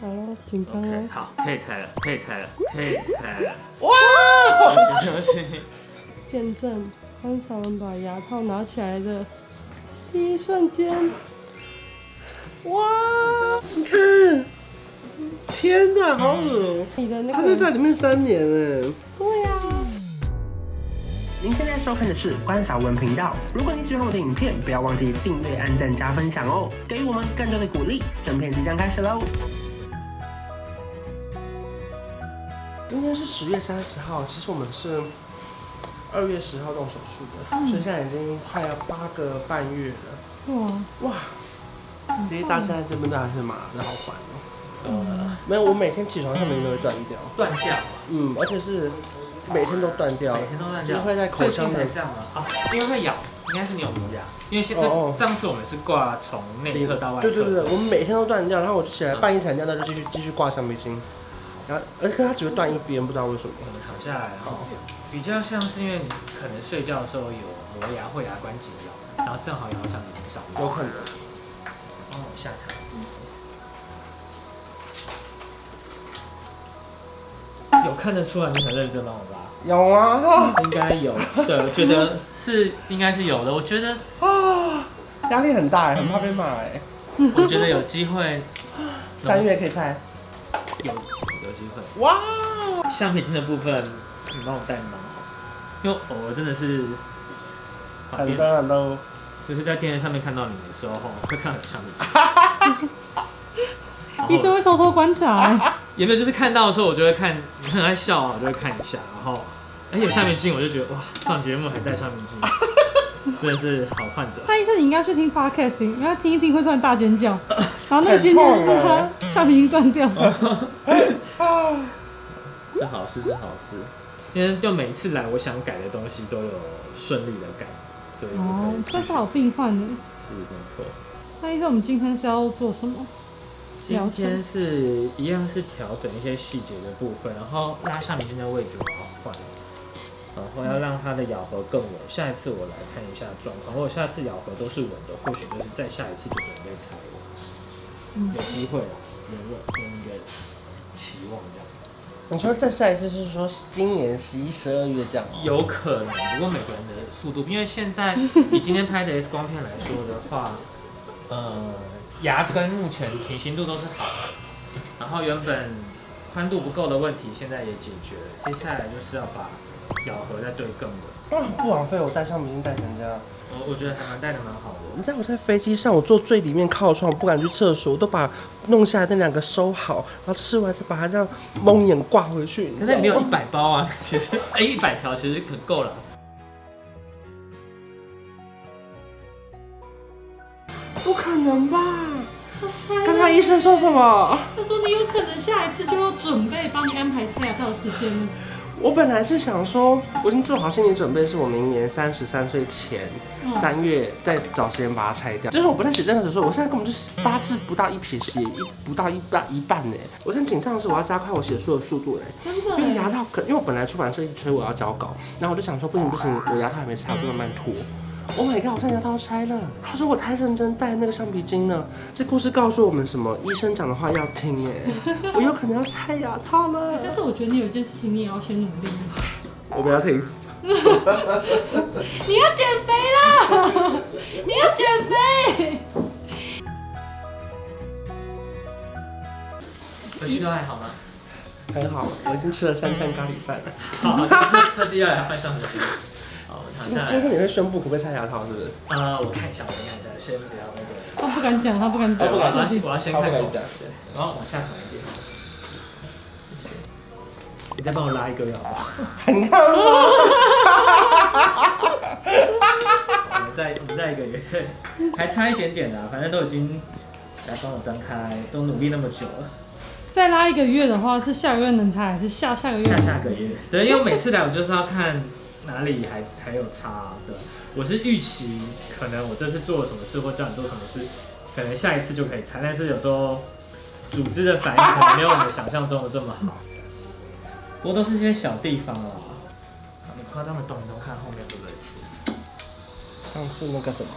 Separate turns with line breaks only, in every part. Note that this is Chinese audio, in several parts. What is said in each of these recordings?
好紧张
OK，
哦。
好，可以猜了，可以猜了，可以猜了。
哇！
恭喜恭喜！
见证观赏人把牙套拿起来的第一瞬间，哇！
你看，天哪，好恶哦！
你的那
他就在
个，
里面三年哎。
对啊，
您现在收看的是观赏文频道。如果你喜欢我的影片，不要忘记订阅、按赞、加分享哦，给予我们更多的鼓励。整片即将开始喽！今天是十月三十号，其实我们是二月十号动手术的，所以现在已经快要八个半月了。
哇，
哇！其实大家现在这边都还是麻的，好烦哦。
呃，
没有，我每天起床上面都会断掉，
断掉，
嗯，而且是每天都断掉，
每天都断
就
掉，
是会在口
最
腔
近
的
才这样吗？啊，因为会咬，应该是牛磨牙，因为现在
哦哦
上次我们是挂从内侧到外侧，
对对对，我们每天都断掉，然后我就起来半夜才尿尿，就继续继续挂橡皮筋，然后而且它只会断一边，不知道为什么。
我们嗯躺下来，然后比较像是因为你可能睡觉的时候有磨牙或牙关紧咬，然后正好咬到橡哦皮筋上面，
有可能。
帮我下
嗯
台。有看得出来你很认真帮我拉，
有啊
应该有的，我觉得是应该是有的。我觉得
啊，压力很大哎，很怕被骂哎。
我觉得有机会，
三月可以拆，
有有机会。
哇！
橡皮筋的部分，你帮我带吗？因为我真的是，把
很
电
多很多。
就是在电视上面看到你的时候，会看到橡皮筋。然后
医生会偷偷观察，
有没有就是看到的时候，我就会看，你很爱笑啊，我就会看一下，然后而且橡皮筋，我就觉得哇，上节目还带橡皮筋，真的是好患者。
那医生你应该去听 podcast，因为他听一听会突然大尖叫，然后那个尖叫就是
欸
他橡皮筋断掉。
啊，
是好事，是好事。因为就每次来，我想改的东西都有顺利的改，所以就可
哦
以，
这是好病患呢。
是没错。
那医生，我们今天是要做什么？
今天是一样是调整一些细节的部分，然后拉橡皮筋的位置我要换，然后要让它的咬合更稳。下一次我来看一下状况，如果下次咬合都是稳的，或许就是再下一次就准备踩了，
嗯
有机会啦，啊有有有一个期望这样。
你说再下一次是说今年十一、十二月这样吗？
有可能，不过每个人的速度，因为现在以今天拍的 X 光片来说的话，呃，牙根目前平行度都是好的，然后原本宽度不够的问题现在也解决了，接下来就是要把咬合再对更稳。
哇，不枉费我带橡皮筋带成这样。
我我觉得还蛮带的蛮好的，
你知道我在飞机上，我坐最里面靠窗，我不敢去厕所，我都把弄下来的两个收好，然后吃完就把它这样蒙眼挂回去。
可
知
是
道
你没有
吗
一百包啊，其实哎一百条其实可够了。
不可能吧？刚刚医生说什么？
他说你有可能下一次就要准备帮你安排拆牙套的时间了。
我本来是想说，我已经做好心理准备，是我明年三十三岁前
嗯
三月再找时间把它拆掉。就是我不太紧张的时候，我现在根本就是八字不到一撇血，一不到一半一半呢。我现在紧张的是我要加快我写书的速度呢。
真的
因为
耶，
牙套可，因为我本来出版社一催我要交稿，然后我就想说不行不行，我牙套还没拆，我就慢慢拖。Oh my god！我现在牙套拆了。他说我太认真戴那个橡皮筋了。这故事告诉我们什么？医生讲的话要 听哎。我有可能要拆牙套了。
但是我觉得你有一件事情你也要先努力，
我不要听。
你要减肥啦，你要减肥。
回去都还好吗？
很好，我已经吃了三餐咖喱饭了。
好，特地要来换上的。好，我躺
今
下
今
来。
天你会宣布可不可以拆牙套，是不是？
呃，我看一下，我看一下，先不要那个。
他不敢讲，他不敢讲，
哎我
哎
要先我要先
他
看
不敢
口
讲
对，然后往下躺一点。你再帮我拉一个月好不好？
很看吗？
我们再我们再一个月，还差一点点啦，反正都已经来帮我张开，都努力那么久了，
再拉一个月的话，是下个月能拆还是下下个月？
下下个月。 对，因为每次来我就是要看哪里还还有差的，我是预期可能我这次做了什么事或叫你做什么事，可能下一次就可以拆，但是有时候组织的反应可能没有我们想象中的这么 好，不过都是一些小地方
啊
啦。好你夸张的动一动，看后面会不会吃？
上次那个什么，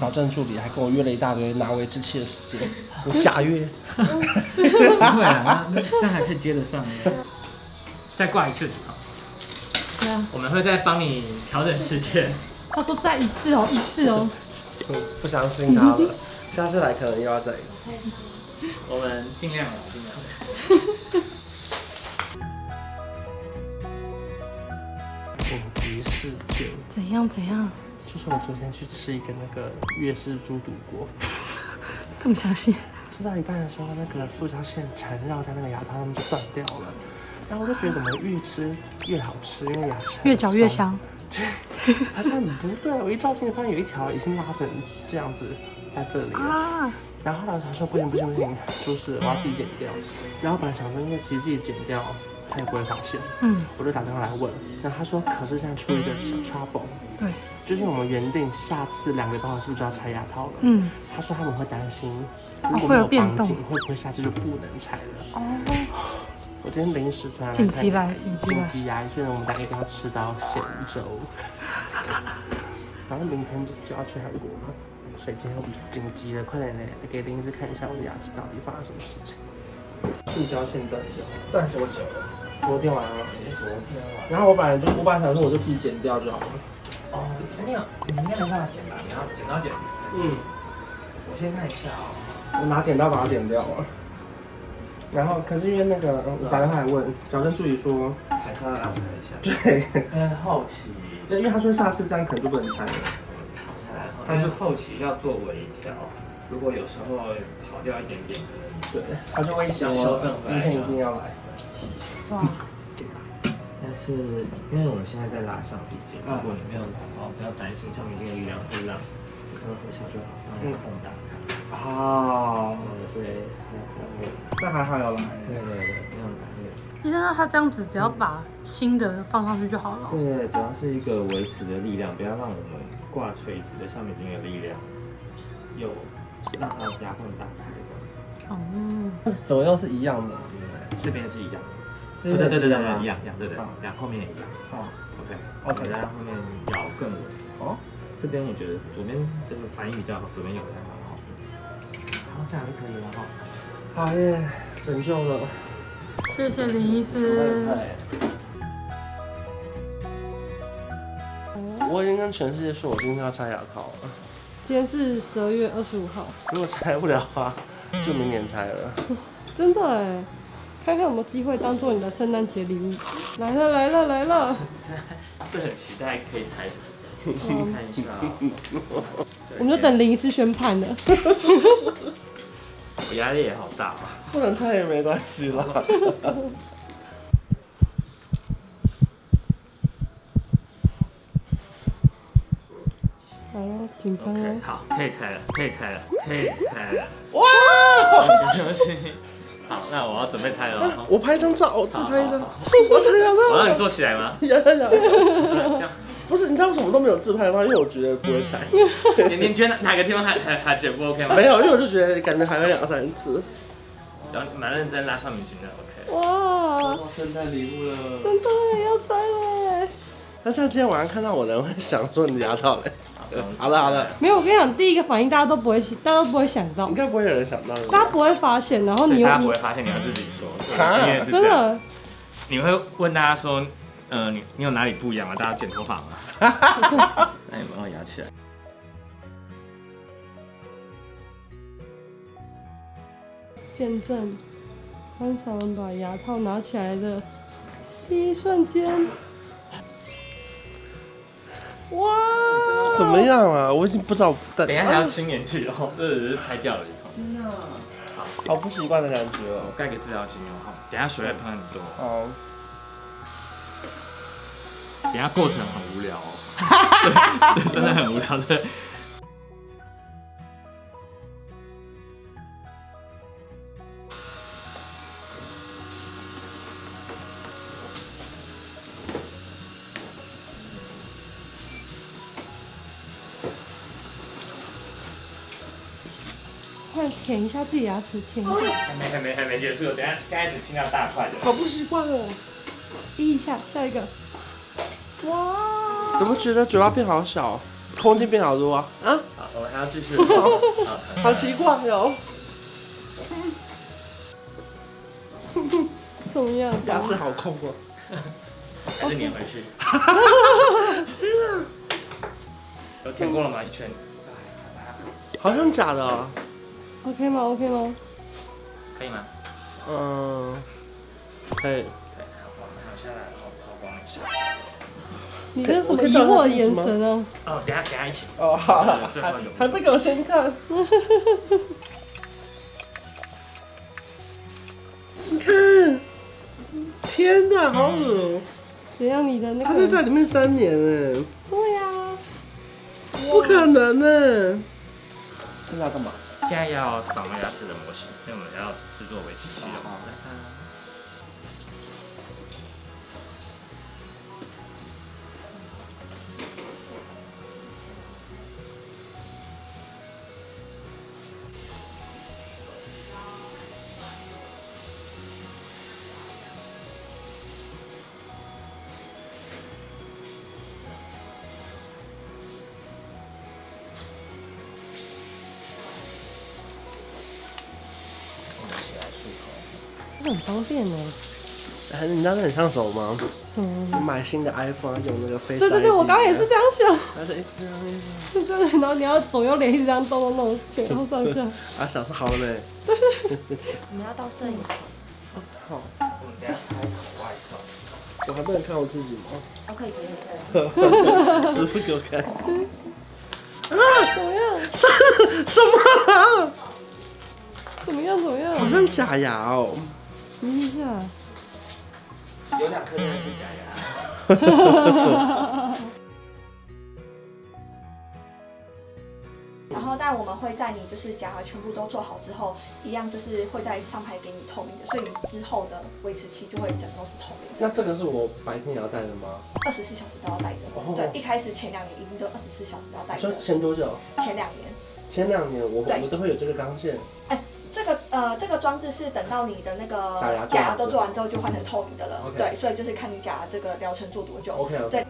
矫正助理还跟我约了一大堆拿为之气的时间，我 假约。
不会啊，那那还可以接得上啊耶。再挂一次，好
对啊，
我们会再帮你调整时 间。
他说再一次哦，一次哦，
我不相信他了，嗯下次来可能又要再一次。
我们尽
啊
量了，尽量啦。
紧急事件，
怎样怎样，
就是我昨天去吃一个那个粤式猪肚锅，
这么详细，
吃到一半的时候，那个塑胶线缠绕在那个牙套上面就断掉了，然后我就觉得怎么越吃越好吃，因为牙齿很
越嚼越
松
香。
对，发现不对，我一照镜子发现有一条已经拉成这样子在这里了。
啊，
然后后来我想说不行不行不行，就是我要自己剪掉。然后本来想说，因为其实自己剪掉他也不会发现，
嗯，
我就打电话来问。然后他说，可是现在出一个小 trouble，
对，
就是我们原定下次两个礼拜后是不是就要拆牙套了？
嗯，哦
他说他们会担心，如果
会
没
有
有
变
绑
动
紧，会不会下次就不能拆了？
哦，
我今天临时突然
紧急来
紧
紧
急
急来
紧急牙医，所以我们大家一定要吃到咸 粥。然后明天就要去韩国了，所以今天我们就紧急的，快点来给林医师看一下我的牙齿到底发生什么事情。塑胶线断掉，断多久了？昨天晚上。昨天晚上。然后我本来就我本来想说我就自己剪掉就好了。
哦，没有，你应该没办法剪吧？你要剪刀剪，
嗯，
我先看一下哦。
我拿剪刀把它剪掉了。然后可是因为那个嗯我打电话来问矫正助理说，
还是要来看一下。
对，
很呃好奇，
因为他说下次这样可能就不能拆了。
但是后期要做微调，如果有时候跑掉一点点，可能
对，他就威胁我
修正
今天一定要来。
哇，
但是因为我们现在在拉橡皮筋，
嗯
如果你没有拉好，不要担心橡皮筋的力量会让可能会小就好，让它空打开。
哦，
嗯，所以还
那还好有来。
还会，对对对，没有打那个。
医生，那他这样子只要把新的放上去就好了哦。
对，主要是一个维持的力量，不要让我们挂垂直的橡皮筋的力量有让它牙缝打开这样。
哦，
左右是一样的。
这边是一样，哦
这边
对对对对
是一样吗
对，一样一样，对对
好，
两后面也一样。
哦
OK，
OK
然后后面咬更稳。
哦，
这边我觉得左边这个反应比较好，左边咬的还蛮好。好，这样就可以了哈。
好耶，拯救了。
谢谢林医师。
我已经跟全世界说，我今天要拆牙套了。
今天是十二月二十五号，
如果拆不了的话，就明年拆了。
真的哎，看看有没有机会当做你的圣诞节礼物。来了来了来了，
会很期待可以拆出
嗯
看一下哦。
我们就等林医师宣判 了。
我压力也好大啊。
不能拆也没关系啦。
来喽，紧张
OK，
哦。
好，可以拆了，可以拆了，可以拆了。
哇！
恭喜恭喜！ 好，那我要准备拆了哦。
我拍张照，我自拍的
好好。
我拆牙
我
套
让你
了。
坐起来吗？
呀呀呀！
这样，
不是，你知道为什么都没有自拍吗？因为我觉得不会 拆。
您您觉得哪个地方还还还觉得不 OK 吗？
没，有，因为我就觉得感觉还有两三次。
然后蛮认真拉上明星的，OK。
哇，
哇，圣诞礼物了。
真的耶要摘了耶！
那像今天晚上看到我的人会想说你牙套嘞？
嗯
好了好了，
没有，我跟你讲，第一个反应大家都不会，大家都不会想到
应，该不会有人想到你。
大家不会发现，然后你
对，
又
大家不
你
会发现你要自己说，
啊
对你也是
真
这样。
的，
你会问大家说，呃，你你有哪里不一样吗？大家剪头发吗？ 那你帮我摇起来。
见证观赏把牙套拿起来的第一瞬间，哇！
怎么样啊？我已经不知道，啊等
等一下还要亲眼去哦，这只是拆掉而已哦。
好不习惯的感觉哦
我。盖个治疗精油哈，等一下水会喷很多，
哦，
等一下过程很无聊 哦，对真的很无聊的。
快舔一下自己牙齿，舔一下，
还没还没还没结束，等一下刚开始亲到大块的。
好不习惯哦。
滴一下，下一个，哇！
怎么觉得嘴巴变好小？空间变好多啊啊，
好，我们还要继续。好
好奇怪哦，
怎么样？
牙齿好空哦。
还是粘回去。有舔过了吗？一圈。
好像假的、啊，
OK 吗？OK 吗？
可以吗？
嗯，可以。
对，好，我们还有下来，好好光一下。
你
可
这什
我
么
可
疑
以找一
惑
下
的
镜子
眼
吗
神啊？
哦，等一下等一下一起。
哦，好
最后一个
还不给我先看。 你看，天哪，好恶哦！
怎样？你的那
他就
个？
在里面三年哎，
对啊呀，
不可能欸呢。
这是要干嘛？
现在要扫描牙齿的模型，因为我们要制作维持器了。来看啊
这很方便呢。
哎，你知道那很上手吗？
什
我
么？
买新的 iPhone 用那个 Face 啊
对对对，我刚刚也是这样想，
而且
是真的。然后你要左右脸一直这样动动动，前后上下。
啊，小时候好 美。
我们要到摄影棚
哦好，
我们等一下拍口外照。
我还不能看我自己吗？
哦，可以可以可 以。
师傅给我 看。啊
怎么样？
什么啊？
怎么样？怎么
好
样？
像假牙哦。
你一下。
有两颗牙是假牙。
然后，但我们会在你就是假牙全部都做好之后，一样就是会在上排给你透明的，所以你之后的维持期就会整都是透明的，
那这个是我白天也要戴的吗？
二十四小时都要戴着。
哦
对，一开始前两年一定都二十四小时都要戴
就
着。
前多久？啊
前两年，
前两年我我
对
们都会有这个钢线。
这个呃这个装置是等到你的那个
假牙做完
假牙都做完之后就换成透明的了。
OK
对，所以就是看你假牙这个疗程做多久。
OK OK，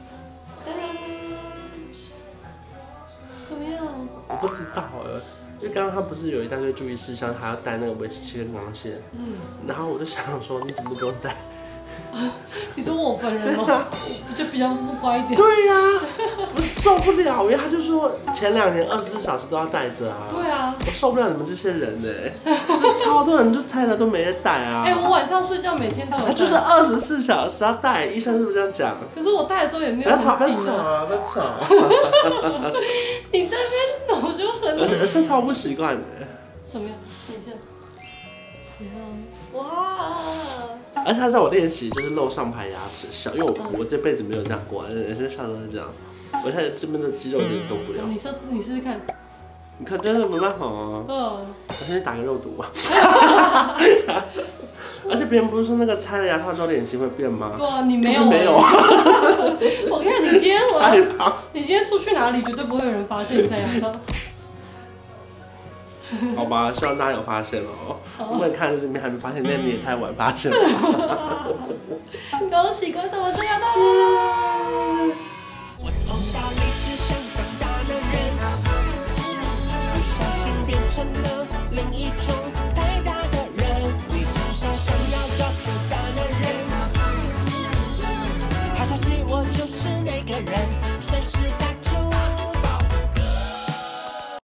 怎么样？
我不知道呃，就刚刚他不是有一大堆注意事项，还要带那个维持器跟钢线，
嗯，
然后我就想说你怎么不用带？
你说我本 人吗？我就比较不乖一点。
对呀、我受不了，因为他就说前两年二十四小时都要带着啊。
对啊。
我受不了你们这些人呢、就是超多人就带了都没得带啊。
哎、我晚上睡觉每天都有
他
戴，
就是二十四小时要带，医生是不是这样讲？
可是我戴的时候也没
不
有
要吵，不
很
要
紧
吵
啊。
啊，不要吵、
你在那边脑就很
而且而且超不习惯的，
怎么样？你看，你看，哇！
而且他让我练习就是露上排牙齿笑，因为我我这辈子没有这样过，人生上都是这样。我现在这边的肌肉有点动不了，
你下次你试试看，
你看真的没办法啊，
嗯，
我先去打个肉毒吧。 而且别人不是说那个拆了牙套之后脸型会变吗？
哇，你没
根
有
本没有，啊，
我看你今天
太
我，
胖。
你今天出去哪里绝对不会有人发现你在牙套。
好吧，希望大家有发现哦。我也看你们还没发现，那你也太晚发现了吧。
恭喜恭喜，我这牙套啦！
我从小一直想当大男人，不小心变成了另一种